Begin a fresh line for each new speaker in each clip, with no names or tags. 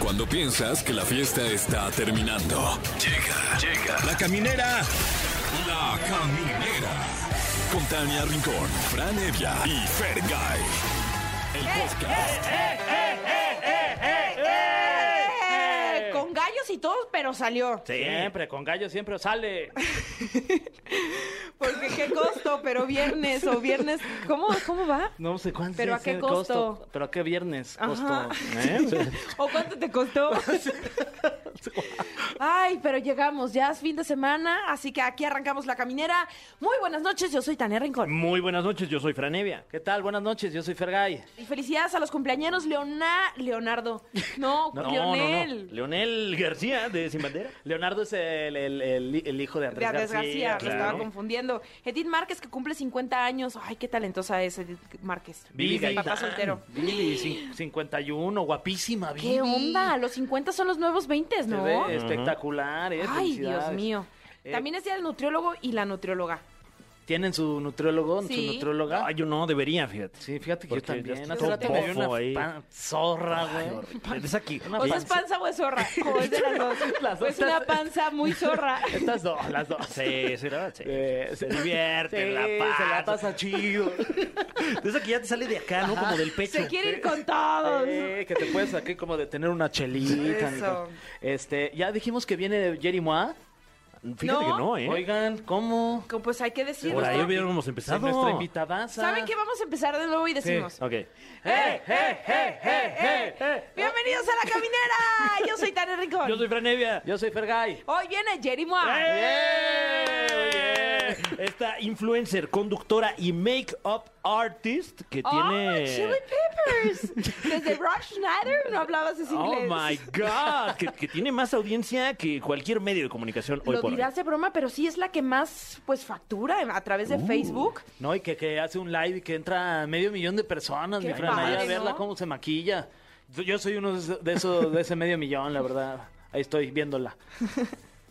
Cuando piensas que la fiesta está terminando. Llega, llega. La caminera. La caminera. Con Tania Rincón, Fran Evia y Fer El podcast.
Eh, Con gallos y todo, pero salió.
Siempre, con gallo siempre sale.
Porque qué costo, pero viernes o viernes. ¿Cómo, cómo va?
No sé cuánto.
¿Pero
es
a qué
el
costo?
Pero a qué viernes costo.
Ajá.
¿eh?
¿O cuánto te costó? Ay, pero llegamos, ya es fin de semana, así que aquí arrancamos la caminera. Muy buenas noches, yo soy Tania Rincón.
Muy buenas noches, yo soy Franevia. ¿Qué tal? Buenas noches, yo soy Fergay.
Y felicidades a los cumpleañeros Leona, Leonardo. No, Lionel.
Leonel García de Sin Bandera. Leonardo es el, el- el- el hijo de
De
Andrés
Andrés García, me
claro.
estaba confundiendo. Edith Márquez, que cumple 50 años. Ay, qué talentosa es Edith Márquez.
Billy
papá
Gaitán.
soltero.
Billy, cin- 51, guapísima, Billy.
¿Qué onda? Los 50 son los nuevos 20,
Se
¿no?
ve espectacular, eh,
Ay, Dios
felicidades.
mío.
Eh,
También es día del nutriólogo y la nutrióloga.
¿Tienen su nutriólogo, su
Sí.
nutrióloga?
Ah, yo no debería, fíjate.
Sí, fíjate que
Porque
yo también.
ya
Hace
estoy
rato
todo
me vi una
bofo ahí.
pan- zorra,
Ay,
güey.
horrible. Es aquí.
Una
O sea, es panza o es zorra. Como es de las dos.
Las
Pues
dos.
una panza muy zorra.
Estas dos, las dos.
Sí, sí, la verdad, sí.
Eh,
se divierte,
Sí,
la pasa.
se la pasa chido.
Es aquí ya te sale de acá, ¿no? Como del pecho.
Se quiere ir con todos.
Eh, que te puedes aquí como de tener una chelita. mi
Eso.
pa- Este, ya dijimos que viene Jerry Moa.
Fíjate
No.
que no, ¿eh?
Oigan, ¿cómo?
Como, Pues hay que decirlo.
Por ahí hubiéramos
Es
empezado.
nuestra invitadaza.
¿Saben qué? Vamos a empezar de nuevo y decimos.
Ok.
¡Eh, eh, eh, eh, eh, eh!
Bienvenidos a la caminera. Yo soy Tania Rincón.
Yo soy Franevia.
Yo soy Fergay.
Hoy viene Jerry Moa.
¡Eh! Esta influencer, conductora y make-up artist que
Oh,
tiene...
Chili Peppers. Desde Rob Schneider no hablabas ese
Oh
inglés.
my God, que, que tiene más audiencia que cualquier medio de comunicación hoy
Lo
por hoy.
dirás de broma, pero sí es la que más pues factura a través de
Uh.
Facebook.
No, y que, que hace un live y que entra medio millón de personas,
Qué
mi Fran, ahí a
padre,
verla
¿no?
cómo se maquilla. Yo- Yo soy uno de esos- de esos, de ese medio millón, la verdad. Ahí estoy viéndola.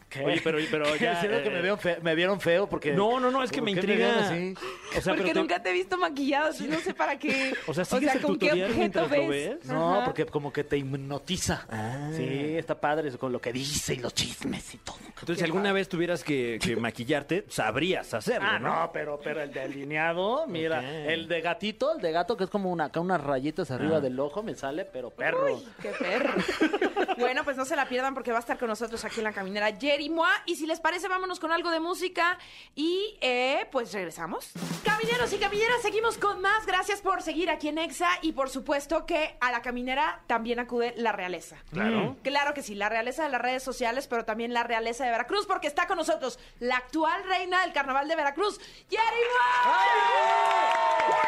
¿Qué?
Oye, pero, pero
¿Qué?
ya.
Siento que
eh,
me, veo fe- me vieron feo porque...
No, no, no, es que
¿Por
me
qué
intriga.
vieron así?
O sea,
porque
pero te-
nunca te he visto maquillado, entonces no sé para qué.
O sea, ¿sigues el tutorial mientras lo ves?
No,
Ajá.
porque como que te hipnotiza. Sí, está padre eso con lo que dice y los chismes y todo.
Entonces, si alguna vez tuvieras que, que maquillarte, sabrías hacerlo,
Ah,
¿no?
no, pero, pero el delineado, mira,
Ok.
el de gatito, el de gato que es como una, acá unas rayitas arriba del ojo me sale, pero perro.
Uy, qué perro. bueno, pues no se la pierdan porque va a estar con nosotros aquí en la caminera Jerry Moa. Y si les parece, vámonos con algo de música y eh, pues regresamos. Camineros y camineras, seguimos con más. Gracias por seguir aquí en EXA y por supuesto que a la caminera también acude la realeza. Mm.
Claro.
Claro que sí, la realeza de las redes sociales, pero también la realeza de Veracruz, porque está con nosotros la actual reina del carnaval de Veracruz, Jerry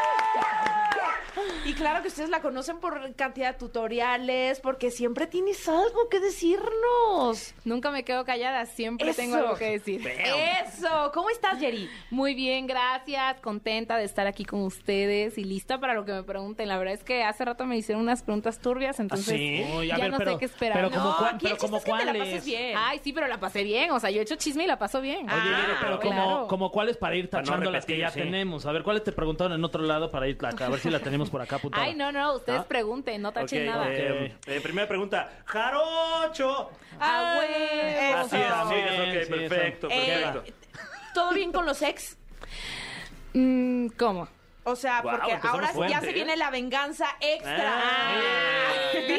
Moa. Y claro que ustedes la conocen por cantidad de tutoriales, porque siempre tienes algo que decirnos.
Nunca me quedo callada, siempre
Eso.
tengo algo que decir.
Eso, ¿cómo estás, Jerry?
Muy bien, gracias, contenta de estar aquí con ustedes y lista para lo que me pregunten. La verdad es que hace rato me hicieron unas preguntas turbias, entonces
Ah, sí? Uy, a
ya
ver,
no
pero-
sé qué esperar.
pero como
No, aquí
cuál-
el
pero
chiste
como
es que te la
cuáles.
pases bien.
Ay, sí, pero la pasé bien, o sea, yo he hecho chisme y la paso bien.
Ah,
Oye, Vero, pero
claro.
como, como cuáles para ir
Para no
tachando las que
repetir,
ya
sí.
tenemos. A ver, ¿cuáles te preguntaron en otro lado para ir acá? A ver si la tenemos por acá apuntada.
Ay, no, no, ustedes
Ah.
pregunten, no tachen
Ok,
nada.
eh, eh, primera pregunta. ¡Jarocho!
Ah,
huevo.
Así es, así
bien,
es,
sí,
ok, perfecto,
Eh,
perfecto.
¿Todo bien con los ex?
Mm, ¿Cómo?
O sea,
Guau,
porque
empezamos
ahora ya
fuerte,
se
¿eh?
viene la venganza extra.
Ah.
¿Viste?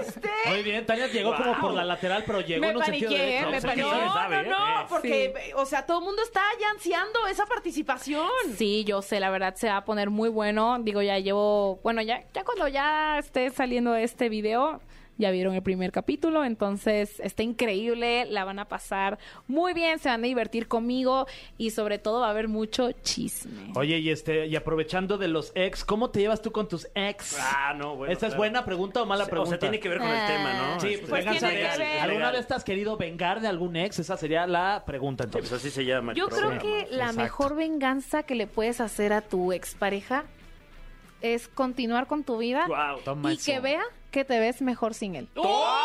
¿Viste?
Muy bien, Tania llegó como por la lateral, pero llegó
Me
en un sentido
paniqué,
derecho.
me
pues
O sea,
paniqué.
¿quién
No,
sabe, ¿eh?
no, no, porque,
Sí.
o sea, todo el mundo está ya ansiando esa participación.
Sí, yo sé, la verdad se va a poner muy bueno. Digo, ya llevo, bueno, ya, ya cuando ya esté saliendo este video, ya vieron el primer capítulo, entonces está increíble, la van a pasar muy bien, se van a divertir conmigo y sobre todo va a haber mucho chisme.
Oye, y este, y aprovechando de los ex, ¿cómo te llevas tú con tus ex?
Ah, no, bueno.
¿Esa es
claro.
buena pregunta o mala
O
pregunta?
sea, tiene que ver con el
Eh,
tema, ¿no?
Sí,
Este,
pues,
Pues
venganza
tiene
de
que
ex.
ver.
¿Alguna vez te has querido vengar de algún ex? Esa sería la pregunta,
Pues
entonces.
así se llama. el
Yo creo
programa.
que la
Exacto.
mejor venganza que le puedes hacer a tu expareja es continuar con tu vida
Guau,
toma
y
eso.
que vea que te ves mejor sin él.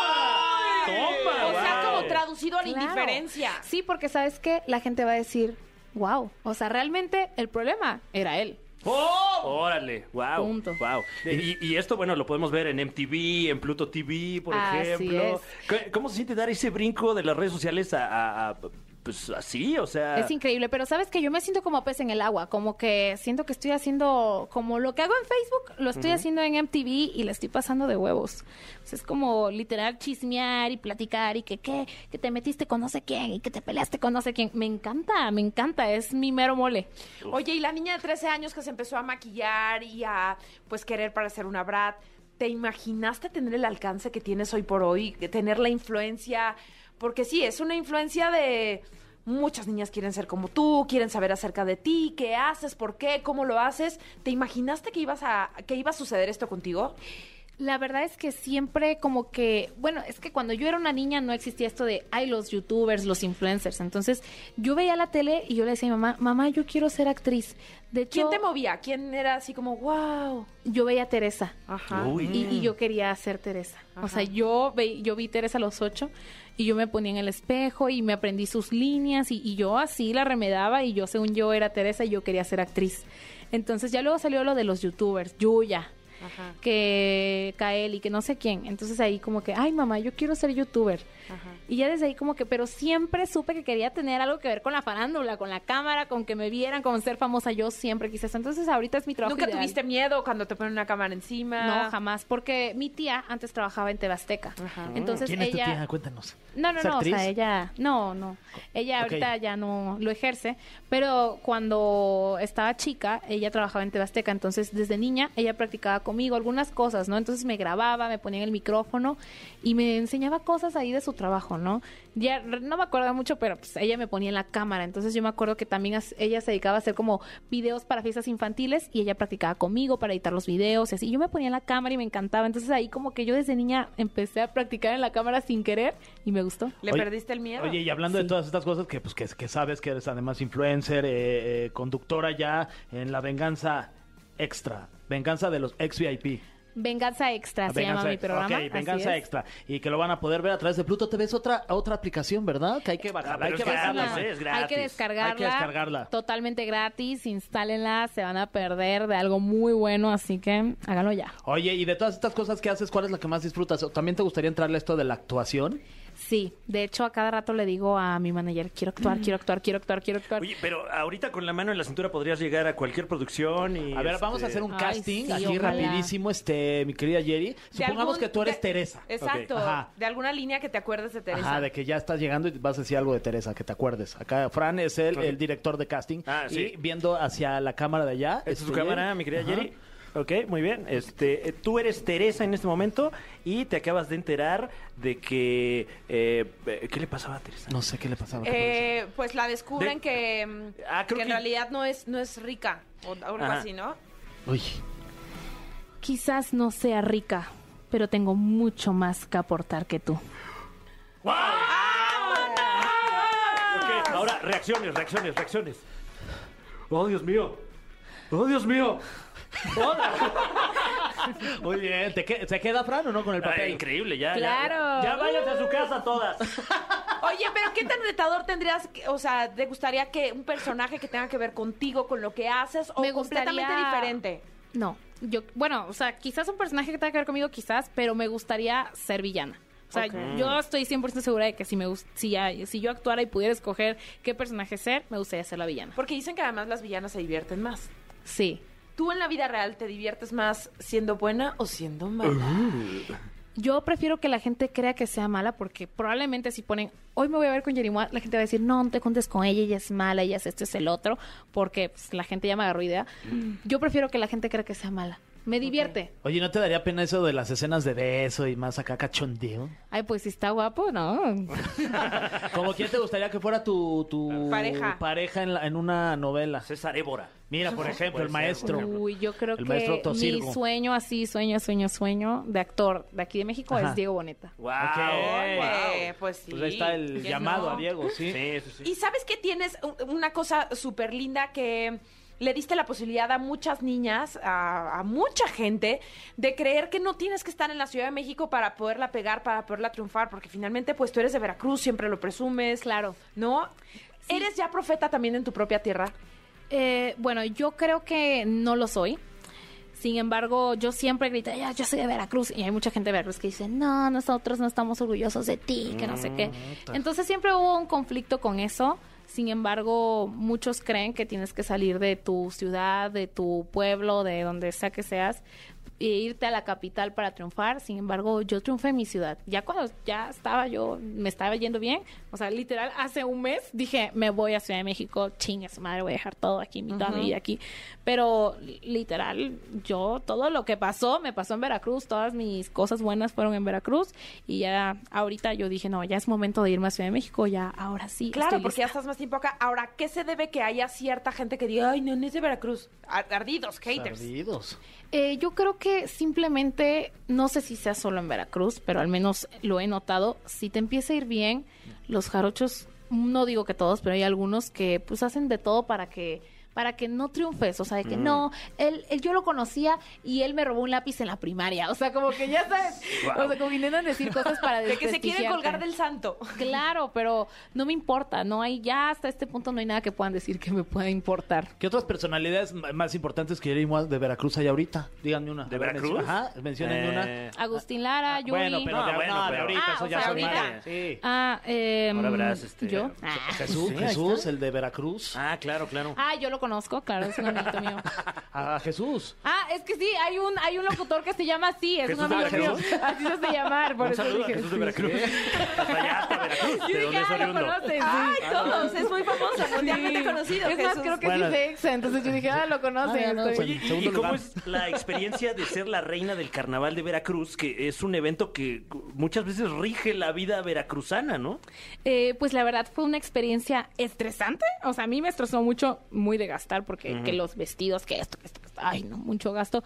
¡Toma! ¡Toma!
O sea,
guau!
como traducido a la
Claro.
indiferencia.
Sí, porque sabes que la gente va a decir, wow, o sea, realmente el problema era él.
¡Oh, Órale, wow.
Punto.
wow. Y, y esto, bueno, lo podemos ver en MTV, en Pluto TV, por
Así
ejemplo.
es.
¿Qué- ¿Cómo se siente dar ese brinco de las redes sociales a, a- a, pues así? O sea.
Es increíble, pero sabes que yo me siento como pez en el agua, como que siento que estoy haciendo como lo que hago en Facebook, lo estoy haciendo en MTV y le estoy pasando de huevos. O sea, es como literal chismear y platicar y que qué, que te metiste con no sé quién y que te peleaste con no sé quién. Me encanta, me encanta, es mi mero mole.
Oye, y la niña de 13 años que se empezó a maquillar y a pues querer para ser una brat, ¿te imaginaste tener el alcance que tienes hoy por hoy, que tener la influencia? Porque sí, es una influencia de muchas niñas quieren ser como tú, quieren saber acerca de ti, qué haces, por qué, cómo lo haces. ¿Te imaginaste que ibas a que iba a suceder esto contigo?
La verdad es que siempre como que, bueno, es que cuando yo era una niña no existía esto de, ay, los youtubers, los influencers. Entonces yo veía la tele y yo le decía a mi mamá, mamá, yo quiero ser actriz. De hecho,
¿Quién te movía? ¿Quién era así como, wow?
yo veía a Teresa.
Ajá.
Uy.
Y, y yo quería ser Teresa. O
Ajá.
sea, yo, ve- yo vi Teresa a los ocho y yo me ponía en el espejo y me aprendí sus líneas y, y yo así la remedaba y yo, según yo, era Teresa y yo quería ser actriz. Entonces ya luego salió lo de los youtubers, Yuya,
Ajá.
que Kael y que no sé quién. Entonces ahí como que, ay mamá, yo quiero ser youtuber.
Ajá.
Y ya desde ahí como que, pero siempre supe que quería tener algo que ver con la farándula, con la cámara, con que me vieran, con ser famosa. Yo siempre quise eso. Entonces ahorita es mi trabajo.
¿Nunca
ideal.
tuviste miedo cuando te ponen una cámara encima?
No, jamás, porque mi tía antes trabajaba en Tebasteca.
Ajá.
Entonces
¿Quién es tu
ella
tía? Cuéntanos.
No, no,
¿Es
no, o sea,
actriz?
ella no, no. Ella
Ok.
ahorita ya no lo ejerce, pero cuando estaba chica, ella trabajaba en Tebasteca, entonces desde niña ella practicaba conmigo algunas cosas, ¿no? Entonces me grababa, me ponía en el micrófono y me enseñaba cosas ahí de su trabajo, ¿no? Ya re- no me acuerdo mucho, pero pues ella me ponía en la cámara, entonces yo me acuerdo que también as- ella se dedicaba a hacer como videos para fiestas infantiles y ella practicaba conmigo para editar los videos y así. Yo me ponía en la cámara y me encantaba, entonces ahí como que yo desde niña empecé a practicar en la cámara sin querer y me gustó.
¿Le
Oye-
perdiste el miedo?
Oye, y hablando de todas estas cosas que, pues, que, que sabes que eres además influencer, eh, eh, conductora ya en la venganza extra, venganza de los ex VIP.
Venganza Extra se llama mi programa. así
Ok, venganza
es.
extra. Y que lo van a poder ver a través de Pluto TV. Es otra, otra aplicación, ¿verdad? Que hay que bajar.
pero
hay
es
que
que
Es
Ah,
bajarla.
pues
una-
es
hay
gratis.
que descargarla.
Hay que descargarla.
Totalmente gratis, instálenla, se van a perder de algo muy bueno, así que háganlo ya.
Oye, y de todas estas cosas que haces, ¿cuál es la que más disfrutas? ¿O ¿También te gustaría entrarle a esto de la actuación?
Sí, de hecho a cada rato le digo a mi manager, quiero actuar, quiero actuar, quiero actuar, quiero actuar.
Oye, pero ahorita con la mano en la cintura podrías llegar a cualquier producción y.
A ver, vamos a
este,
hacer un
Ay,
casting
sí,
aquí
ojalá.
rapidísimo, este, mi querida Jerry.
de
Supongamos
algún-
que tú eres
de-
Teresa.
Exacto.
Ok. Ajá.
De alguna línea que te acuerdes de Teresa.
Ajá, de que ya estás llegando y vas a decir algo de Teresa, que te acuerdes. Acá Fran es el, el director de casting.
Ah, sí.
Y viendo hacia la cámara de allá.
Esta es tu
este,
cámara, mi querida
ajá.
Jerry. Ok, muy bien. Este, eh, tú eres Teresa en este momento y te acabas de enterar de que... eh, eh, ¿Qué le pasaba a Teresa?
No sé qué le pasaba.
Eh, pues la descubren
De-
que, mm,
Ah, creo
que en
que-
realidad no es, no es rica o o algo
Ajá.
así, ¿no?
Uy.
Quizás no sea rica, pero tengo mucho más que aportar que tú.
Ok, ahora reacciones, reacciones, reacciones. ¡Oh, Dios mío! ¡Oh, Dios mío!
Muy bien. ¿Te que- ¿Se queda Fran o no con el
Ah,
papel?
increíble, ya. ya,
Claro.
Ya, ya váyanse a su casa todas.
Oye, pero ¿qué tan retador tendrías, que- o sea, te gustaría que un personaje que tenga que ver contigo, con lo que haces o
Me gustaría-
completamente diferente?
No, yo, bueno, o sea, quizás un personaje que tenga que ver conmigo, quizás, pero me gustaría ser villana. O sea,
Ok.
yo estoy 100% segura de que si, me, gust- si, ya- si yo actuara y pudiera escoger qué personaje ser, me gustaría ser la villana.
Porque dicen que además las villanas se divierten más.
Sí.
¿Tú en la vida real te diviertes más siendo buena o siendo mala?
Yo prefiero que la gente crea que sea mala porque probablemente si ponen, hoy me voy a ver con Jerimoa, la gente va a decir, no, no te juntes con ella, ella es mala, ella es esto, es el otro, porque pues, la gente ya me agarró idea. Yo prefiero que la gente crea que sea mala. Me divierte.
Oye, ¿no te daría pena eso de las escenas de beso y más acá cachondeo?
Ay, pues si está guapo, no.
¿Como quién te gustaría que fuera tu, tu
Pareja.
pareja en, la- en una novela?
César Évora.
Mira, por
Puede
ejemplo, el
ser,
maestro.
por
Uy, yo creo
El maestro
que mi
Tocirgo.
sueño así, sueño, sueño, sueño de actor de aquí de México
Ajá.
es Diego Boneta.
¡Wow!
Oye, pues sí.
Pues ahí está el
¿Quién
llamado
no?
a Diego, sí.
Sí, sí, sí.
Y sabes que tienes u- una cosa súper linda que le diste la posibilidad a muchas niñas, a, a mucha gente, de creer que no tienes que estar en la Ciudad de México para poderla pegar, para poderla triunfar, porque finalmente pues tú eres de Veracruz, siempre lo presumes.
Claro.
¿No? ¿Eres ya profeta también en tu propia tierra?
Eh, bueno, yo creo que no lo soy. Sin embargo, yo siempre grité, "Ya, yo soy de Veracruz. Y hay mucha gente de Veracruz que dice, no, nosotros no estamos orgullosos de ti, que no sé qué. Entonces siempre hubo un conflicto con eso. Sin embargo, muchos creen que tienes que salir de tu ciudad, de tu pueblo, de donde sea que seas, e irte a la capital para triunfar. Sin embargo, yo triunfé en mi ciudad. Ya cuando ya estaba yo, me estaba yendo bien. O sea, literal, hace un mes dije, me voy a Ciudad de México, chingue su madre, voy a dejar todo aquí, mi toda mi vida aquí. Pero li- literal, yo, todo lo que pasó, me pasó en Veracruz, todas mis cosas buenas fueron en Veracruz. Y ya ahorita yo dije, no, ya es momento de irme a Ciudad de México, ya ahora sí.
Claro,
estoy
porque ya
lista".
estás más tiempo acá. Ahora, ¿qué se debe que haya cierta gente que diga, ay, no, no es de Veracruz? Ar- Ardidos, haters.
Perdidos.
Eh, yo creo que simplemente, no sé si sea solo en Veracruz, pero al menos lo he notado, si te empieza a ir bien, los jarochos, no digo que todos, pero hay algunos que pues hacen de todo para que para que no triunfes, o sea, de que
Mm.
no, él, él- yo lo conocía y él me robó un lápiz en la primaria, o sea, como que ya sabes, o sea, como que intentan decir cosas para
De que se quieren colgar
desprestigiarte.
del santo.
Claro, pero no me importa, no hay ya hasta este punto no hay nada que puedan decir que me pueda importar.
¿Qué otras personalidades ma- más importantes que Jerimo de Veracruz hay ahorita? Díganme una.
¿De
A ver,
Veracruz?
mencio- Ajá, mencionenme
Eh,
una.
Agustín Lara, Yuri.
Ah, Bueno, pero
No,
de,
bueno,
no, de
pero-
ahorita,
Ah,
eso
o
ya
sea,
son
ahorita.
varias. Sí.
Ah, eh,
Ahora verás,
Mm,
este,
¿Yo?
ah,
Ah.
Jesús,
Sí, ahí
Jesús, el de Veracruz.
Ah, claro, claro.
Ah, yo lo conozco, claro, es un amiguito mío.
A Jesús.
Ah, es que sí, hay un, hay un locutor que se llama así, es
¿Jesús
un
de
amigo mío.
Veracruz?
Así se hace llamar, por
Un
eso
saludo a
dije.
Jesús de
sí.
Veracruz. Hasta allá, hasta Veracruz, de
Yo
donde
dije,
es
ah, lo
oriundo.
conoces,
Ay,
sí.
todos, es muy famoso, mundialmente
Sí.
conocido.
Es más,
Jesús.
creo que
Bueno.
sí es de Exa, entonces yo dije, ah, lo conocen.
Ah, no, no,
estoy-
soy-
Oye, ¿y-
Segundo
¿y cómo
lugar.
es la experiencia de ser la reina del carnaval de Veracruz? Que es un evento que muchas veces rige la vida veracruzana, ¿no?
Eh, pues la verdad fue una experiencia estresante. O sea, a mí me estresó mucho, muy de gastar, porque que los vestidos, que esto, que esto, que esto, ay, no, mucho gasto.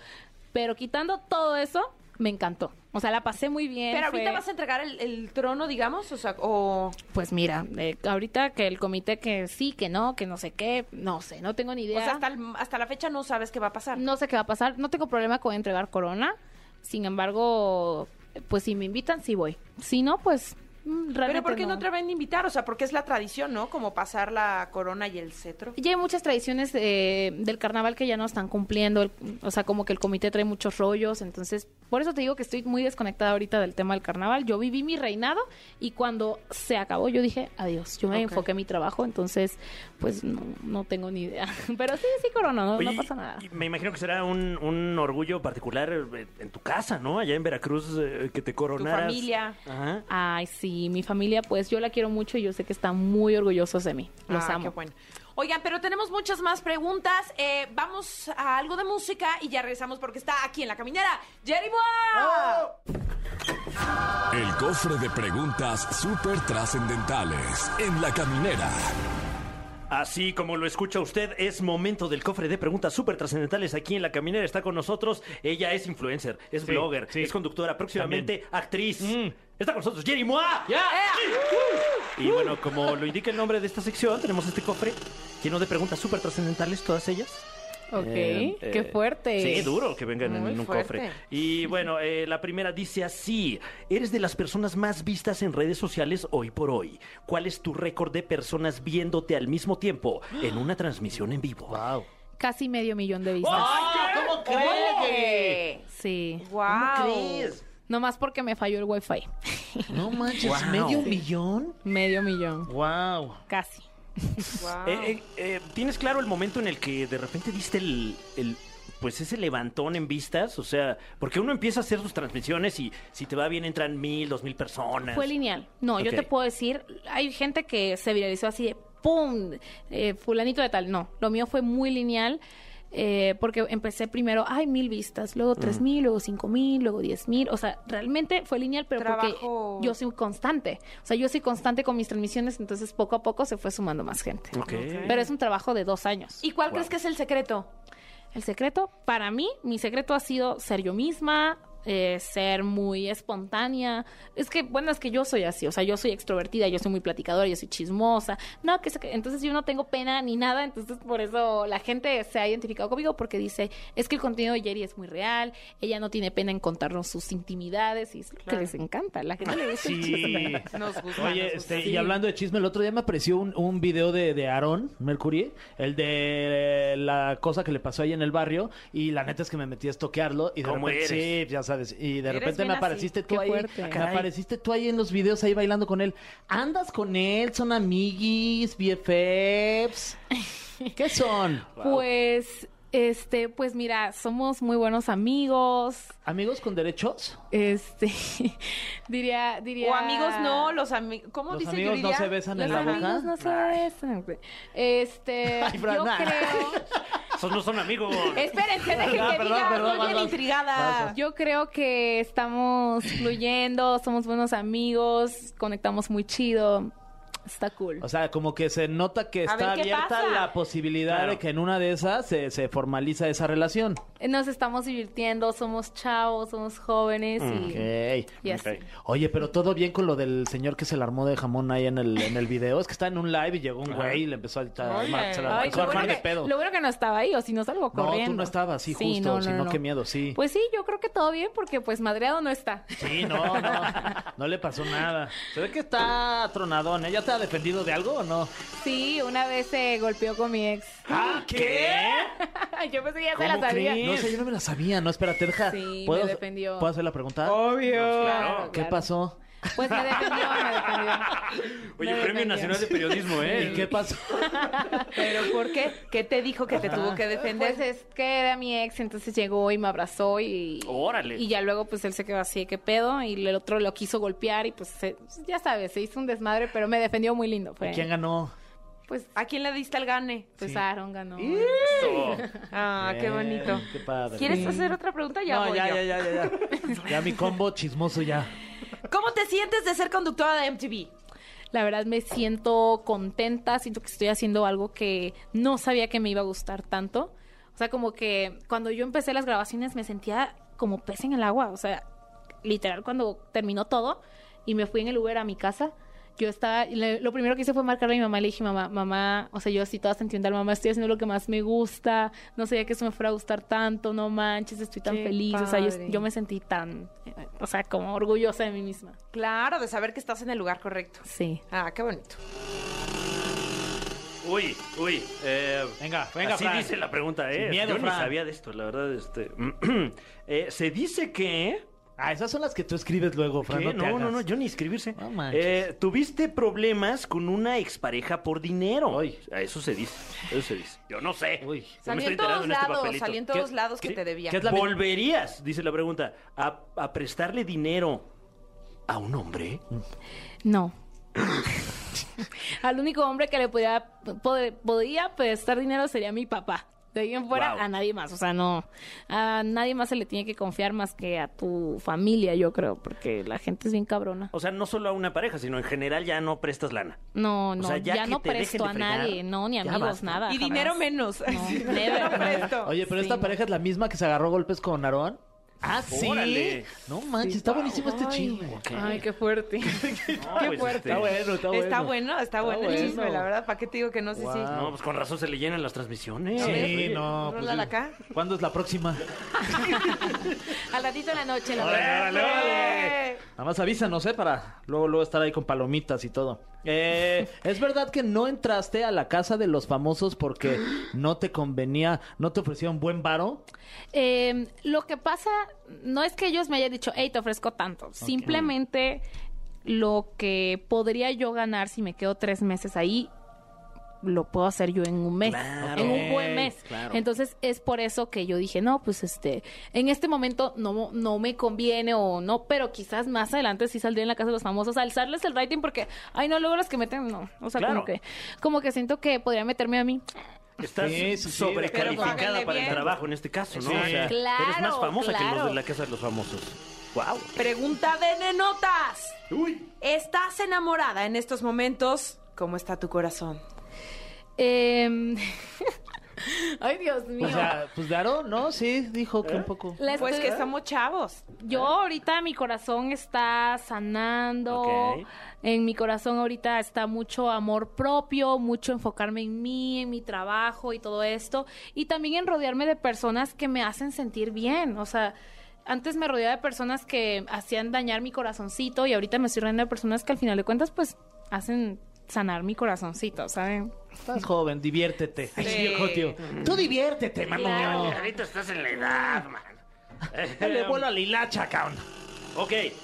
Pero quitando todo eso, me encantó. O sea, la pasé muy bien.
Pero ahorita
fue-
vas a entregar el, el trono, digamos, o sea, o...
Pues mira, eh, ahorita que el comité que sí, que no, que no sé qué, no sé, no tengo ni idea.
O sea, hasta, el- hasta la fecha no sabes qué va a pasar.
No sé qué va a pasar. No tengo problema con entregar corona. Sin embargo, pues si me invitan, sí voy. Si no, pues mm, realmente
Pero ¿por qué no. te van a invitar? O sea, porque es la tradición, ¿no? Como pasar la corona y el cetro.
Ya hay muchas tradiciones eh, del carnaval que ya no están cumpliendo, el- o sea, como que el comité trae muchos rollos, entonces por eso te digo que estoy muy desconectada ahorita del tema del carnaval. Yo viví mi reinado y cuando se acabó yo dije, adiós, yo me
Ok.
enfoqué en mi trabajo, entonces pues no, no tengo ni idea. Pero sí, sí, Corona, no, no
Oye,
pasa nada.
y Me imagino que será un, un orgullo particular eh, en tu casa, ¿no? Allá en Veracruz, eh, que te
Tu
coronaras.
familia.
Ajá.
Ay, sí, mi familia, pues yo la quiero mucho y yo sé que están muy orgullosos de mí. Los
Ah,
amo.
qué bueno. Oigan, pero tenemos muchas más preguntas. Eh, vamos a algo de música y ya regresamos porque está aquí en la caminera. ¡Jerry Moa!
Oh,
El cofre de preguntas súper trascendentales en la caminera.
Así como lo escucha usted, es momento del cofre de preguntas súper trascendentales aquí en La Caminera. Está con nosotros. Ella es influencer, es
Sí,
blogger,
sí. Mm.
es conductora, próximamente actriz. Está con nosotros Jerry Moa.
Uh.
Y bueno, como lo indica el nombre de esta sección, tenemos este cofre lleno de preguntas súper trascendentales, todas ellas.
Ok,
Eh,
qué
eh,
fuerte.
Sí, duro que vengan en,
Muy
en un
fuerte.
cofre. Y bueno, eh, la primera dice así: Eres de las personas más vistas en redes sociales hoy por hoy. ¿Cuál es tu récord de personas viéndote al mismo tiempo en una transmisión en vivo?
Wow.
Casi medio millón de vistas.
Ah, ¿Cómo crees?
Sí.
¡Wow!
Nomás porque me falló el wifi.
No manches, medio millón.
Medio millón.
Wow.
Casi.
Guau.
Eh, eh, eh, ¿Tienes claro el momento en el que de repente diste el, el- pues ese levantón en vistas? O sea, porque uno empieza a hacer sus transmisiones y si te va bien entran mil, dos mil personas.
Fue lineal. No, yo
Ok.
te puedo decir, hay gente que se viralizó así de ¡pum! eh, fulanito de tal. No, lo mío fue muy lineal. eh, porque empecé primero, ay, mil vistas, luego tres mil, luego cinco mil, luego diez mil. O sea, realmente fue lineal, pero
Trabajo.
porque yo soy constante. O sea, yo soy constante con mis transmisiones, entonces poco a poco se fue sumando más gente.
Ok.
Pero es un trabajo de dos años.
¿Y cuál crees que es el secreto?
El secreto, para mí, mi secreto ha sido ser yo misma, eh, ser muy espontánea. Es que, bueno, es que yo soy así, o sea, yo soy extrovertida, yo soy muy platicadora, yo soy chismosa. No, que, se- que- entonces yo no tengo pena ni nada, entonces por eso la gente se ha identificado conmigo porque dice, es que el contenido de Jerry es muy real, ella no tiene pena en contarnos sus intimidades y es lo que
Claro.
les encanta, la gente le dice
Sí.
Nos gusta. nos
Oye,
gusta.
este, y hablando de chisme, el otro día me apareció un, un video de, de Aarón Mercury, el de eh, la cosa que le pasó ahí en el barrio, y la neta es que me metí a estoquearlo, y de
¿Cómo
repente,
eres?
sí, ya sabes, y de
Eres
repente
bien
me
así,
apareciste tú
qué
ahí,
fuerte.
me
Caray.
apareciste tú ahí en los videos, ahí bailando con él. ¿Andas con él? ¿Son amiguis, BFFs? ¿Qué son?
Pues, este, pues mira, somos muy buenos amigos.
¿Amigos con derechos?
Este, diría, diría.
O amigos no, los amigos. ¿Cómo
Los
dice
amigos
Yuridia?
no se besan en
Los
la boca.
amigos no se besan. güey. Este,
Ay, Fran,
yo
nah.
creo.
Esos no son amigos.
Espérense, dejen
Ah,
Perdón,
que
perdón,
diga.
perdón,
Estoy bien
perdón.
Intrigada.
Yo creo que estamos fluyendo, somos buenos amigos, conectamos muy chido. Está cool.
O sea, como que se nota que
A ver,
está
¿qué
abierta
pasa?
la posibilidad
Claro.
de que en una de esas se, se formaliza esa relación.
Nos estamos divirtiendo, somos chavos, somos jóvenes y,
Ok.
y así.
ok.
Oye, pero todo bien con lo del señor que se le armó de jamón ahí en el, en el video. Es que está en un live y llegó un güey y le empezó a, a
Oye.
armar, se le
Ay,
empezó a
lo, bueno
armar de
que,
pedo.
lo bueno que no estaba ahí, o si no salgo
No,
corriendo.
tú no estabas, sí, justo. sino qué miedo, sí.
Pues sí, yo creo que todo bien, porque pues madreado no está.
Sí, no, no. No le pasó nada. Se ve que está tronadón. ¿eh? ¿Ya te ha defendido de algo o no?
Sí, una vez se golpeó con mi ex.
¿Ah, qué?
yo pensé que ya se la sabía.
No sé, yo no me la sabía. No, espérate, deja.
Sí, me
¿Puedo-
defendió.
¿Puedo hacer la pregunta?
Obvio.
Claro,
¿Qué
claro.
pasó?
Pues me defendió, me defendió.
Oye, Premio
Me defendió.
Nacional de Periodismo, ¿eh?
¿Y qué pasó?
Pero ¿por qué? ¿Qué te dijo que te tuvo que defender?
Pues es que era mi ex, entonces llegó y me abrazó y...
Órale.
Y ya luego pues él se quedó así, ¿qué pedo? Y el otro lo quiso golpear y pues se- ya sabes, se hizo un desmadre, pero me defendió muy lindo. Fue,
¿Quién ganó?
Pues,
¿A quién le diste el gane?
pues Aaron ganó.
Eso.
Ah, qué
Bien,
bonito.
Qué padre.
¿Quieres hacer otra pregunta? Ya
No,
voy
ya,
yo.
ya, ya, ya, ya. Ya mi combo chismoso ya.
¿Cómo te sientes de ser conductora de MTV?
La verdad me siento contenta, siento que estoy haciendo algo que no sabía que me iba a gustar tanto. O sea, como que cuando yo empecé las grabaciones me sentía como pez en el agua. O sea, literal cuando terminó todo y me fui en el Uber a mi casa, yo estaba, le- lo primero que hice fue marcarle a mi mamá, le dije, mamá, mamá, o sea, yo así toda sentimental, mamá, estoy haciendo lo que más me gusta, no sabía que eso me fuera a gustar tanto, no manches, estoy tan
Qué
feliz, o sea, yo,
padre.
yo me sentí tan, eh, o sea, como orgullosa de mí misma.
Claro, de saber que estás en el lugar correcto.
Sí.
Ah, qué bonito.
Uy, uy. eh,
Venga, venga,
Así
Fran.
dice la pregunta, ¿eh?
Sin miedo,
Yo ni
Fran.
sabía de esto, la verdad. Este... eh, se dice que...
Ah, esas son las que tú escribes luego, Fran.
¿Qué?
No, te
No, no,
hagas.
no, yo ni escribirse.
No manches.
Eh, Tuviste problemas con una expareja por dinero.
Ay.
A Eso se dice. Eso se dice. Yo no sé.
Uy.
Yo me
Salí
estoy
en todos
enterando este
lados,
papelito.
salí en todos
¿Qué-
lados que
qué-
te debía.
qué es la- ¿Volverías, dice la pregunta, a, a prestarle dinero a un hombre?
No. Al único hombre que le podía, pod- podía prestar dinero sería mi papá. De ahí en fuera
Wow.
a nadie más. O sea, no. A nadie más se le tiene que confiar más que a tu familia, yo creo, porque la gente es bien cabrona.
O sea, no solo a una pareja, sino en general ya no prestas lana.
No, no,
sea, ya
ya,
que
no
te dejen
presto
de
a nadie,
fregar,
no, ni
ya
amigos,
basta.
nada.
Y
jamás.
dinero menos.
No,
Sí,
never,
no
never.
presto.
Oye, pero
Sí,
esta
no.
pareja es la misma que se agarró golpes con Aarón. Ah, sí.
Órale.
No manches, está buenísimo este chisme.
Ay, qué fuerte.
Qué fuerte.
Está bueno, está bueno.
Está bueno, está bueno el
bueno.
chisme, la verdad. ¿Para qué te digo que no sé si...
No, pues con razón se le llenan las transmisiones.
Sí, no. pues
Rólala
sí.
acá.
¿Cuándo es la próxima?
Al ratito de la noche, la
Órale,
verdad.
órale, órale.
Nada más avísanos, ¿eh? Para luego, luego estar ahí con palomitas y todo. Eh, ¿Es verdad que no entraste a la casa de los famosos porque no te convenía, no te ofrecieron buen varo?
Eh, lo que pasa no es que ellos me hayan dicho, hey, te ofrezco tanto. Simplemente lo que podría yo ganar si me quedo tres meses ahí, lo puedo hacer yo en un mes,
Claro.
en un buen mes.
Claro.
Entonces es por eso que yo dije, no, pues este, en este momento no, no me conviene o no, pero quizás más adelante sí saldría en la casa de los famosos, alzarles el rating porque, ay, no, luego las que meten, no. O sea,
Claro.
como que como que siento que podría meterme a mí.
Estás
Sí, sí, sí,
pero
sobrecalificada
págale
para el
bien.
trabajo en este caso, ¿no?
Sí.
O sea,
Claro,
eres más famosa que
claro.
los de la Casa de los Famosos. ¡Wow!
Pregunta de nenotas.
¡Uy!
¿Estás enamorada en estos momentos? ¿Cómo está tu corazón?
Em, Ay, Dios mío.
O sea, pues Daro, ¿no? Sí, dijo que un poco.
La
Pues
estoy-
que estamos chavos.
Yo ahorita mi corazón está sanando.
Ok.
En mi corazón ahorita está mucho amor propio, mucho enfocarme en mí, en mi trabajo y todo esto. Y también en rodearme de personas que me hacen sentir bien. O sea, antes me rodeaba de personas que hacían dañar mi corazoncito y ahorita me estoy rodeando de personas que al final de cuentas pues hacen sanar mi corazoncito, ¿saben?
Estás joven, diviértete. Ay,
Sí.
viejo tío. Tú diviértete, mano.
Claro.
Ahorita estás en la edad, man.
Dale vuelo a la hilacha, cabrón.
Eh, Ok.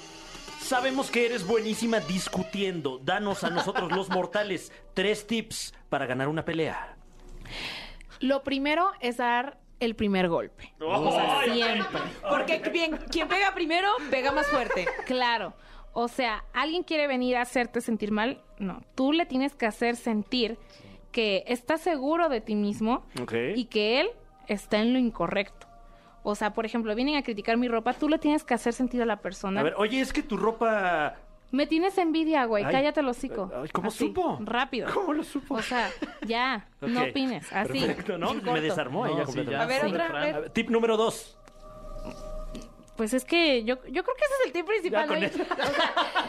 Sabemos que eres buenísima discutiendo. Danos a nosotros los mortales tres tips para ganar una pelea.
Lo primero es dar el primer golpe. O sea, siempre.
Porque quien, quien pega primero, pega más fuerte.
Claro. O sea, alguien quiere venir a hacerte sentir mal. No, tú le tienes que hacer sentir que estás seguro de ti mismo
Ok.
y que él está en lo incorrecto. O sea, por ejemplo, vienen a criticar mi ropa, tú le tienes que hacer sentir a la persona.
A ver, oye, es que tu ropa.
Me tienes envidia, güey,
Ay.
cállate el hocico.
Ay, ¿cómo
Así,
supo?
Rápido.
¿Cómo lo supo?
O sea, ya, no
Ok.
opines, así.
Perfecto, ¿no?
en corto.
Me desarmó
No,
ella
sí,
completamente.
ya.
A ver,
Sí.
otra
A
vez.
ver, Tip número dos.
Pues es que yo, yo creo que ese es el tip principal. ¿no?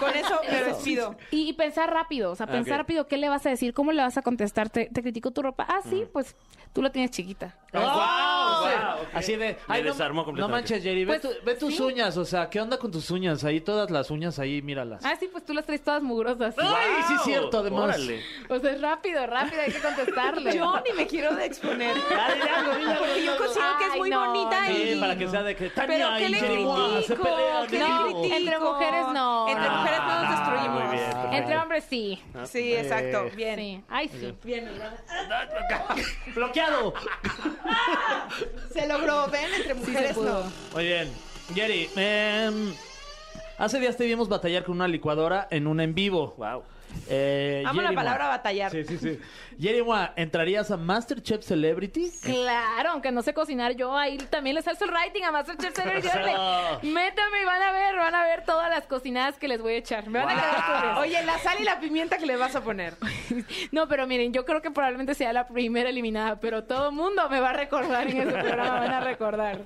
Con eso me despido.
Y, y pensar rápido, o sea, pensar
ok.
rápido qué le vas a decir, cómo le vas a contestar, te, te critico tu ropa. Ah, sí, pues tú la tienes chiquita.
guau, ok.
Así de.
Me desarmó
No
completamente.
manches, Jerry. Ve,
Pues,
tu- ve tus
sí.
uñas. O sea, ¿qué onda con tus uñas? Ahí todas las uñas, ahí míralas.
Ah, sí, pues tú las traes todas mugrosas.
¡Ay, sí es cierto, además!
Órale.
O sea, es rápido, rápido, hay que contestarle.
Yo ni me quiero de exponer. Porque yo considero que es
Ay,
muy
no,
bonita
no.
y...
Sí, para que sea de que
Pero
Tania
¿qué
y
le
Jerry Moa se
critico?
pelean.
¿Qué
No,
le critico?
entre mujeres no.
Entre mujeres no nos
Ah,
destruimos.
muy bien.
Entre hombres sí.
Sí,
Eh,
exacto. Bien.
Sí. Ay, sí.
Bien, mira.
¡Bloqueado!
Se logró, ven, entre mujeres
pudo.
no.
Muy bien. Jerry, em, hace días te vimos batallar con una licuadora en un en vivo.
Wow.
Eh,
Amo la
Jerry Moa.
palabra batallar.
Sí, sí, sí. Jerry Moa, ¿entrarías a Masterchef Celebrity?
Claro, aunque no sé cocinar, yo ahí también les hago el writing a Masterchef Celebrity. Órale, Métame y van a ver, van a ver todas las cocinadas que les voy a echar. Me van a quedar curiosos.
Oye, la sal y la pimienta que le vas a poner.
No, pero miren, yo creo que probablemente sea la primera eliminada, pero todo el mundo me va a recordar en ese programa, van a recordar.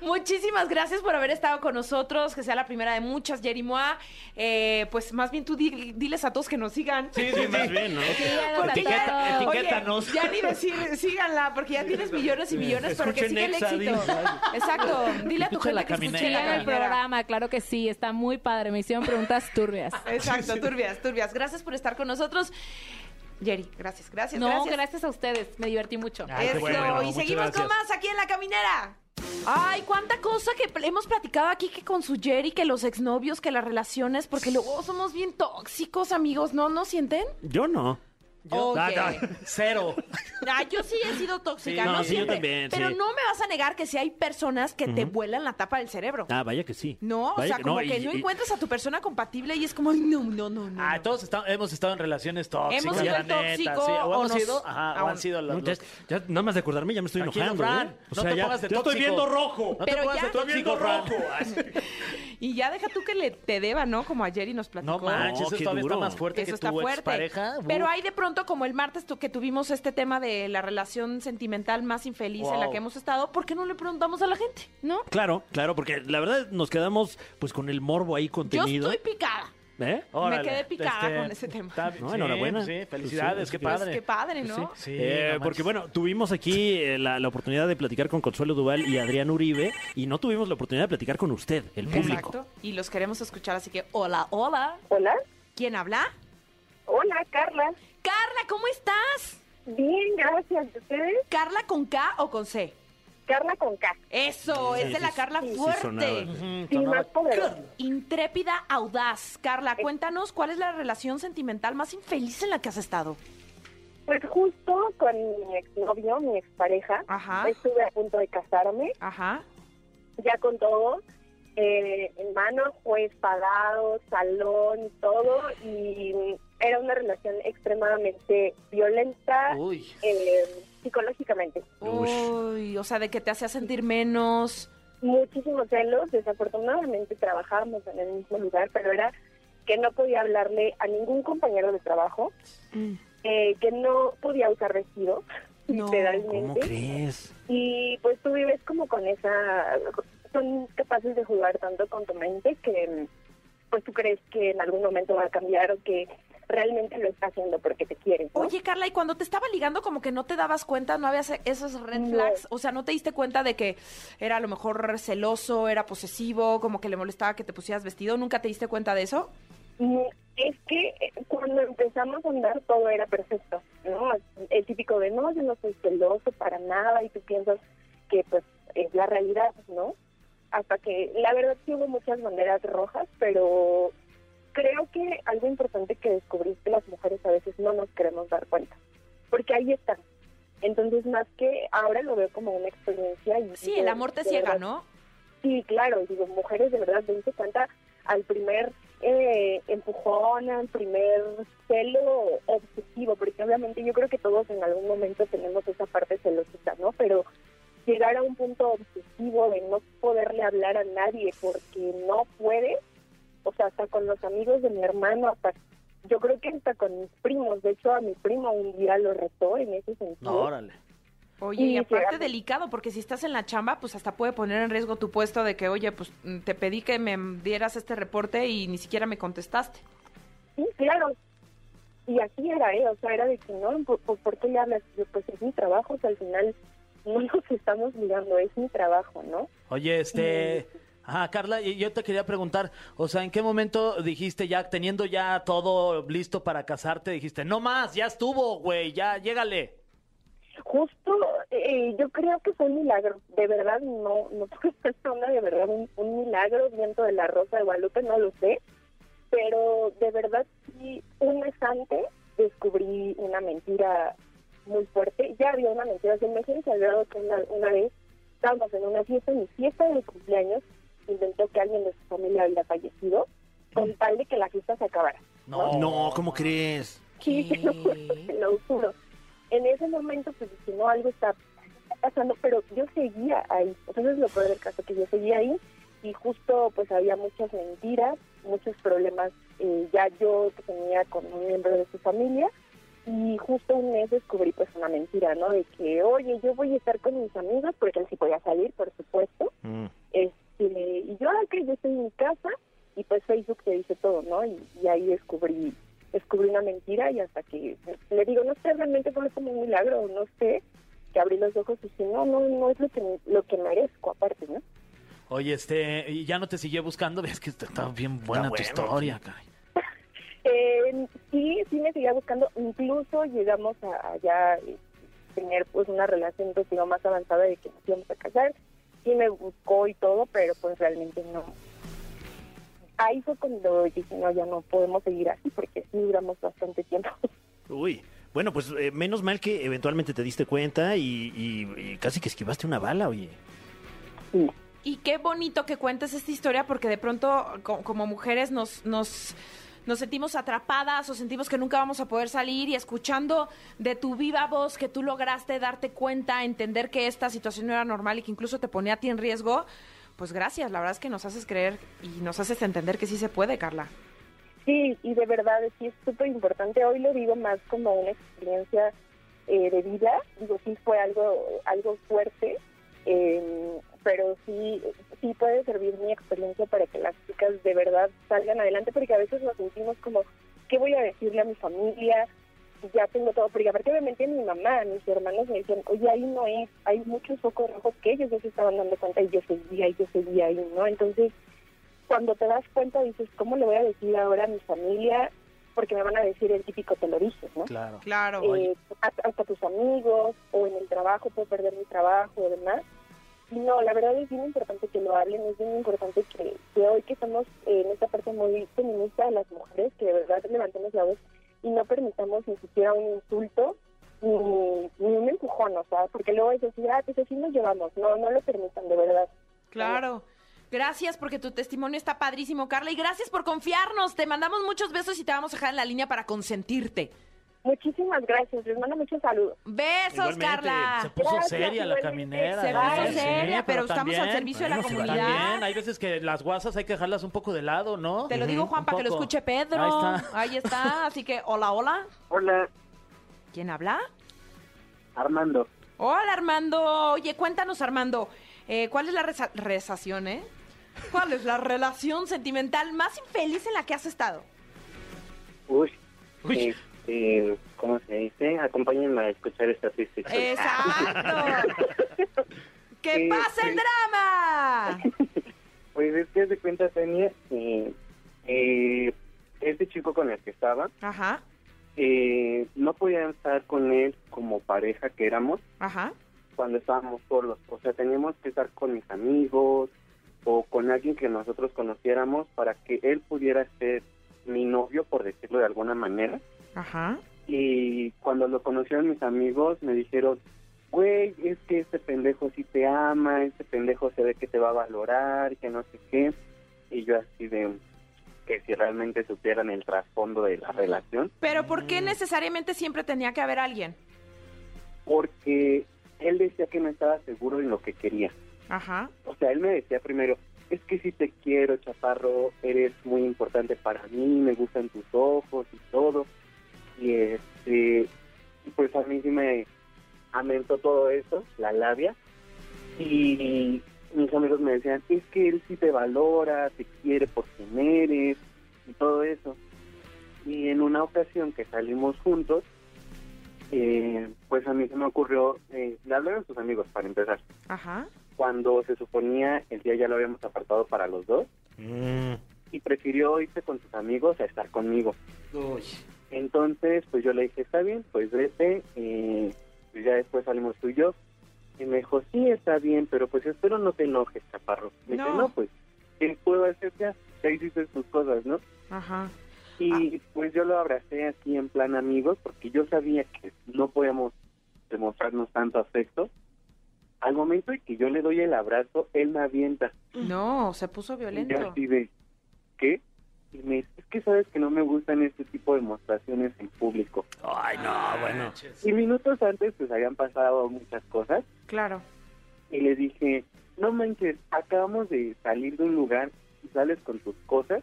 Muchísimas gracias por haber estado con nosotros, que sea la primera de muchas, Jerimoa. Eh, pues más bien tú di- diles a todos que nos sigan.
Sí, sí,
Más bien, ¿no?
Porque ya-
Etiqueta-
Oye,
etiquétanos.
ya ni decir, síganla, porque ya tienes millones y millones, pero que
Escuchen
siga el
Exa,
éxito. Exacto. Dile a tu
Escucha la
gente que escuche
caminera.
Sigan
la
el programa, claro que sí, está muy padre. Me hicieron preguntas turbias.
Exacto, turbias, turbias. Gracias por estar con nosotros. Jerry, gracias, gracias,
No,
gracias.
gracias. a ustedes, me divertí mucho.
Ay, qué
Eso,
bueno,
y
muchas
seguimos con
gracias.
más aquí en La Caminera. Ay, cuánta cosa que pl- hemos platicado aquí que con su Jerry, que los exnovios, que las relaciones, porque luego somos bien tóxicos, amigos, ¿no? ¿No sienten?
Yo no.
Oye.
Cero.
Ah, yo sí he sido tóxica,
Sí,
¿no?
no, sí, yo
siempre.
también,
Pero
sí.
no me vas a negar que sí hay personas que te vuelan la tapa del cerebro.
Ah, vaya que sí.
No, o
Vaya
sea, como
y-
que no
y-
encuentras a tu persona compatible y es como, ay, no, no, no, no.
Ah, todos está- hemos estado en relaciones tóxicas.
Hemos sido
la
el tóxico,
sí. O,
o
hemos
nos-
sido, ajá, o
ah,
han sido los,
No, ya,
los-
ya nada más de acordarme ya me estoy
Tranquilo,
enojando.
Fran,
¿eh?
no te pongas de
ya estoy
tóxico.
viendo rojo.
No
Pero
te pongas
ya-
de tóxico, Fran.
Y ya deja tú que le te deba, ¿no? Como ayer y nos platicó.
No manches,
qué
eso todavía
duro.
está más fuerte
Eso
que
está
tu
fuerte.
expareja.
Pero
Uf.
hay de pronto, como el martes tu- que tuvimos este tema de la relación sentimental más infeliz en la
Wow.
que hemos estado, ¿por qué no le preguntamos a la gente? ¿No?
Claro, claro, porque la verdad nos quedamos pues con el morbo ahí
Yo
contenido.
estoy picada.
¿Eh?
Órale, este,
quedé picada con ese tema.
está-
No,
sí,
enhorabuena.
pues Sí, felicidades,
Pues sí,
qué
Pues
padre.
qué padre, ¿no?
Sí,
Eh,
no
porque
manches.
bueno, tuvimos aquí eh, la, la oportunidad de platicar con Consuelo Duval y Adrián Uribe y no tuvimos la oportunidad de platicar con usted, el público.
Exacto. Y los queremos escuchar, así que hola, hola.
Hola,
¿Quién habla?
hola Carla.
Carla, ¿cómo estás?
Bien, gracias. ¿Y ¿Ustedes?
¿Carla con K o con C?
Carla con K.
Eso, es de la Carla
sí, sí
fuerte.
sonaba.
Sí, más poderosa.
Intrépida, audaz. Carla, cuéntanos cuál es la relación sentimental más infeliz en la que has estado.
Pues justo con mi exnovio, mi expareja,
Ajá.
estuve a punto de casarme,
Ajá.
ya con todo, eh, en mano, juez pagado, salón, todo, y era una relación extremadamente violenta
Uy.
eh, psicológicamente.
Uy, o sea, de que te hacía sentir menos.
muchísimos celos. Desafortunadamente trabajábamos en el mismo lugar, pero era que no podía hablarle a ningún compañero de trabajo, eh, que no podía usar vestido,
No.
¿Cómo
literalmente.
crees?
Y pues tú vives como con esa... Son capaces de jugar tanto con tu mente que pues tú crees que en algún momento va a cambiar o que realmente lo está haciendo porque te quiere. ¿no?
Oye, Carla, y cuando te estaba ligando, como que no te dabas cuenta, no habías esos red
No.
flags. O sea, no te diste cuenta de que era a lo mejor celoso, era posesivo, como que le molestaba que te pusieras vestido. ¿Nunca te diste cuenta de eso?
Mm, Es que eh, cuando empezamos a andar todo era perfecto, ¿no? El típico de, no, yo no soy celoso para nada y tú piensas que pues es la realidad, ¿no? Hasta que la verdad sí hubo muchas banderas rojas, pero creo que algo importante que descubrí es que las mujeres a veces no nos queremos dar cuenta, porque ahí están. Entonces más que ahora lo veo como una experiencia. y
Sí,
yo,
el amor te
de
ciega,
verdad,
¿no?
Sí, claro, digo, mujeres de verdad, dense cuenta al primer eh, empujón, al primer celo obsesivo, porque obviamente yo creo que todos en algún momento tenemos esa parte celosita, ¿no? Pero llegar a un punto obsesivo de no poderle hablar a nadie porque no puede, o sea, hasta con los amigos de mi hermano, hasta, yo creo que hasta con mis primos, de hecho a mi primo un día lo retó en ese sentido.
No, órale.
Oye,
Sí,
y aparte
llegamos.
delicado, porque si estás en la chamba, pues hasta puede poner en riesgo tu puesto de que, oye, pues mm, te pedí que me dieras este reporte y ni siquiera me contestaste.
Sí, claro. Y así era, ¿eh? O sea, era de que no, ¿por, por, por qué le hablas? Yo, pues es mi trabajo, o sea, al final no nos estamos mirando, es mi trabajo, ¿no?
Oye, este... Ajá, Carla, y- yo te quería preguntar, o sea, ¿en qué momento dijiste ya, teniendo ya todo listo para casarte, dijiste, no más, ya estuvo, güey, ya, llégale?
Justo, eh, yo creo que fue un milagro, de verdad, no, no puedo persona, de verdad, un, un milagro, viento de la Rosa de Guadalupe, no lo sé, pero de verdad sí, un mes antes descubrí una mentira muy fuerte, ya había una mentira, se me había dado que una, una vez estábamos en una fiesta, en mi fiesta de mi cumpleaños, inventó que alguien de su familia había fallecido, con tal de que la fiesta se acabara.
No, no ¿cómo crees?
Sí, te lo juro, te lo juro. En ese momento, pues dije, no, algo está pasando, pero yo seguía ahí. Entonces, lo peor del caso, que yo seguía ahí y justo, pues había muchas mentiras, muchos problemas eh, ya yo que tenía con un miembro de su familia. Y justo un mes descubrí, pues, una mentira, ¿no? De que, oye, yo voy a estar con mis amigos, porque él sí podía salir, por supuesto. Este, y yo, ah, que yo estoy en mi casa, y pues Facebook te dice todo, ¿no? Y, y ahí descubrí descubrí una mentira y hasta que le digo, no sé, realmente fue como un milagro, no sé, que abrí los ojos y dije, no, no, no es lo que, lo que merezco aparte, ¿no?
Oye, este, ¿y ya no te siguió buscando? Ves que está- está bien buena tu
bueno,
historia, caray.
Eh, sí, sí me seguía buscando, incluso llegamos a, a ya eh, tener pues una relación pues, digo, más avanzada de que nos íbamos a casar, sí me buscó y todo, pero pues realmente no. Ahí fue cuando dije, no, ya no podemos seguir así porque sí duramos bastante tiempo.
Uy. Bueno, pues eh, menos mal que eventualmente te diste cuenta y, y- y casi que esquivaste una bala, oye.
Sí.
Y qué bonito que cuentes esta historia porque de pronto co- como mujeres nos, nos, nos sentimos atrapadas o sentimos que nunca vamos a poder salir y escuchando de tu viva voz que tú lograste darte cuenta, entender que esta situación no era normal y que incluso te ponía a ti en riesgo, pues gracias, la verdad es que nos haces creer y nos haces entender que sí se puede, Carla.
Sí, y de verdad, sí es súper importante. Hoy lo digo más como una experiencia eh, de vida. Digo, sí fue algo, algo fuerte, eh, pero sí, sí puede servir mi experiencia para que las chicas de verdad salgan adelante, porque a veces nos sentimos como, ¿qué voy a decirle a mi familia? Ya tengo todo, porque aparte obviamente mi mamá, mis hermanos me decían, oye, ahí no es, hay muchos focos rojos que ellos ya se estaban dando cuenta y yo seguía y yo seguía ahí, ¿no? Entonces, cuando te das cuenta dices, ¿cómo le voy a decir ahora a mi familia? Porque me van a decir el típico te lo dije, ¿no?
Claro.
Claro.
Eh, hasta hasta tus amigos o en el trabajo, puedo perder mi trabajo o demás. Y no, la verdad es bien importante que lo hablen, es bien importante que, que hoy que estamos eh, en esta parte muy feminista de las mujeres, que de verdad levantemos la voz y no permitamos ni siquiera un insulto ni, ni un empujón, o sea, porque luego es decir, ah, pues así nos llevamos. No, no lo permitan, de verdad.
Claro. Gracias porque tu testimonio está padrísimo, Carla, y gracias por confiarnos. Te mandamos muchos besos y te vamos a dejar en la línea para consentirte.
Muchísimas gracias, les mando muchos saludos.
Besos,
Igualmente,
Carla.
Se puso
Gracias,
seria la
igualmente.
caminera.
Se
¿eh?
puso
Sí,
seria, pero estamos al servicio de la
sí,
comunidad.
También, hay veces que las guasas hay que dejarlas un poco de lado, ¿no?
Te lo digo,
Ujú,
Juan,
un
para que lo
poco.
escuche Pedro. Ah. Ahí
Ahí está.
está. Así que, hola, hola.
Hola,
¿Quién habla?
Armando.
Hola, Armando. Oye, cuéntanos, Armando, eh, ¿cuál es la resa- resación, eh? ¿Cuál es la relación sentimental más infeliz en la que has estado?
Uy. Este, ¿Cómo se dice? Acompáñenme a escuchar esta triste historia.
¡Exacto! ¡Que
Ah. Sí,
pase el
sí.
drama!
Pues es que haz de cuenta tenía eh, eh, este chico con el que estaba,
Ajá,
eh, no podía estar con él como pareja que éramos
ajá.
cuando estábamos solos. O sea, teníamos que estar con mis amigos o con alguien que nosotros conociéramos para que él pudiera ser mi novio, por decirlo de alguna manera.
Ajá.
Y cuando lo conocieron mis amigos, me dijeron, güey, es que este pendejo sí te ama, este pendejo se ve que te va a valorar, que no sé qué. Y yo así de que si realmente supieran el trasfondo de la relación,
Pero ¿por
Mm.
qué necesariamente siempre tenía que haber alguien?
porque él decía que no estaba seguro en lo que quería.
Ajá.
O sea, él me decía primero, es que sí te quiero, chaparro, eres muy importante para mí, me gustan tus ojos y todo. Y este, y pues a mí sí me aumentó todo eso, la labia. Y mis amigos me decían, es que él sí te valora, te quiere por quien eres y todo eso. Y en una ocasión que salimos juntos, eh, pues a mí se me ocurrió, eh, le hablé a sus amigos para empezar
Ajá.
cuando se suponía el día ya lo habíamos apartado para los dos y prefirió irse con sus amigos a estar conmigo. Entonces, pues yo le dije, está bien, pues vete, eh, pues ya después salimos tú y yo. Y me dijo, sí, está bien, pero pues espero no te enojes, chaparro. Me
No.
dije, no, pues, ¿qué puedo hacer ya? Ya hiciste tus cosas, ¿no?
Ajá.
Y pues yo lo abracé así en plan amigos, porque yo sabía que no podíamos demostrarnos tanto afecto. Al momento en que yo le doy el abrazo, él me avienta.
No, se puso
Y yo
violento.
así de, ¿qué? Y me dice, es que sabes que no me gustan este tipo de demostraciones en público.
Ay, no, bueno.
Y minutos antes, pues habían pasado muchas cosas.
Claro.
Y le dije, no manches, acabamos de salir de un lugar y sales con tus cosas.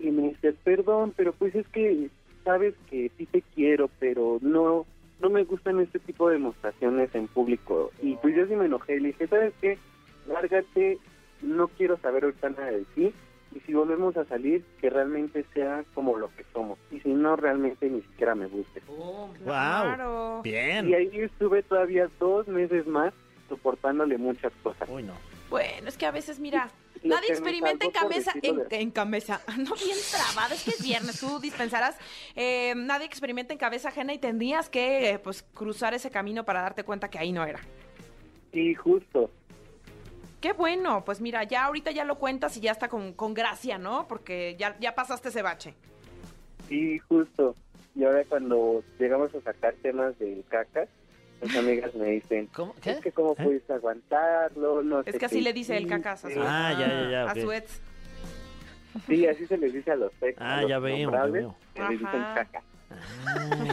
Y me dice, perdón, pero pues es que sabes que sí te quiero, pero no no me gustan este tipo de demostraciones en público. Y pues yo sí me enojé. Le dije, ¿sabes qué? Lárgate, no quiero saber ahorita nada de ti. Y si volvemos a salir, que realmente sea como lo que somos. Y si no, realmente ni siquiera me guste.
Claro.
Y
Bien.
ahí estuve todavía dos meses más soportándole muchas cosas.
Uy, no.
Bueno, es que a veces, mira,
Lo
nadie
que me
experimenta en
salvó,
cabeza. En,
pobrecito, de-
en cabeza. No bien trabada, es que es viernes, tú dispensarás. Eh, nadie experimenta en cabeza ajena y tendrías que, eh, pues, cruzar ese camino para darte cuenta que ahí no era.
Sí, justo.
Qué bueno, pues mira, ya ahorita ya lo cuentas y ya está con, con gracia, ¿no? Porque ya, ya pasaste ese bache.
Sí, justo. Y ahora cuando llegamos a sacar temas de caca, mis amigas me dicen,
¿Cómo?
es que cómo
¿Eh?
pudiste aguantarlo, no
Es
sé
que así
qué
le dice el
hiciste".
cacas a su,
Ah, ya, ya, ya,
a
ok.
su ex.
Sí, así se les dice a los sexos.
Ah, ya veo, ya veo.
Le dicen
Ajá.
caca.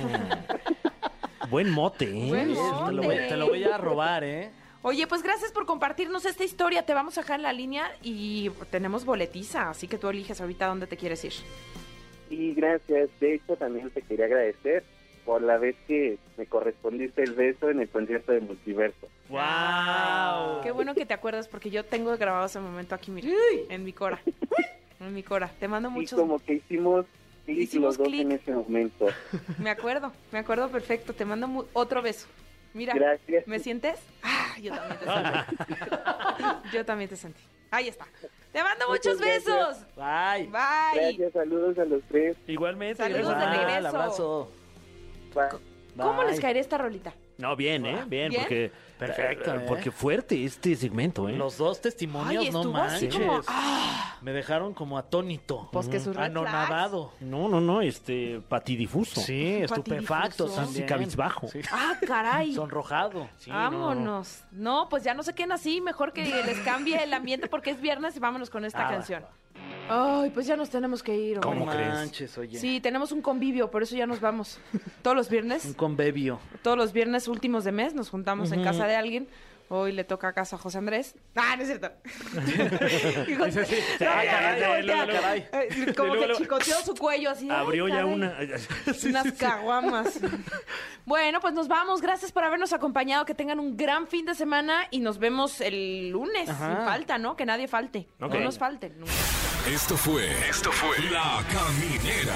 Ah.
Buen mote, ¿eh?
Buen
Te lo, voy, te lo voy a robar, ¿eh?
Oye, pues gracias por compartirnos esta historia. Te vamos a dejar en la línea y tenemos boletiza, así que tú eliges ahorita dónde te quieres ir.
Y gracias. De hecho, también te quería agradecer por la vez que me correspondiste el beso en el concierto de Multiverso.
¡Wow!
Qué bueno que te acuerdas porque yo tengo grabado ese momento aquí, mira, en mi cora. En mi cora. Te mando
Y
muchos.
como que hicimos clic
Hicimos
los dos
clic.
en ese momento.
Me acuerdo, me acuerdo perfecto. Te mando mu- otro beso. Mira,
Gracias.
¿me sientes? Ah, yo también te sentí. yo también te sentí. Ahí está. Te mando
Muchas
muchos besos.
gracias.
Bye.
Bye.
Gracias, saludos a los tres.
Igualmente.
Saludos de
Ah,
gracias.
regreso.
El abrazo.
Bye.
¿Cómo
Bye.
les caería esta rolita?
No, bien, ¿eh? Bien,
¿Bien?
porque.
Perfecto, ¿eh?
Porque fuerte este segmento, ¿eh?
Los dos testimonios,
Ay,
no
estuvo así
manches.
como, ah.
Me dejaron como atónito.
Pues
Mm.
que su red flags.
Anonadado.
No, no, no, este. Patidifuso.
Sí, estupefacto
patidifuso.
también.
Sí, cabizbajo.
Sí.
Ah, caray.
Sonrojado.
vámonos. No, pues ya no se queden así. Mejor que les cambie el ambiente porque es viernes y vámonos con esta
Ah, va,
canción. Ay, pues ya nos tenemos que ir. hombre.
No
¿Cómo crees?
manches, oye.
Sí, tenemos un convivio, por eso ya nos vamos. Todos los
Un
viernes,
convebio.
todos los viernes últimos de mes nos juntamos en casa de alguien Hoy le toca acaso a José Andrés. Ah, no es cierto. Y José-
Dice así,
No,
caray,
mira,
caray,
se
de
voltea.
luego, caray.
Eh, Como
De luego,
que
luego.
chicoteó su cuello así. ay,
Abrió ya
caray.
una. Sí,
Unas
sí, sí.
caguamas. Bueno, pues nos vamos. Gracias por habernos acompañado. Que tengan un gran fin de semana y nos vemos el lunes. Sin falta, ¿no? Que nadie falte.
Ok.
No nos falte. nunca.
Esto fue. Esto fue. La Caminera.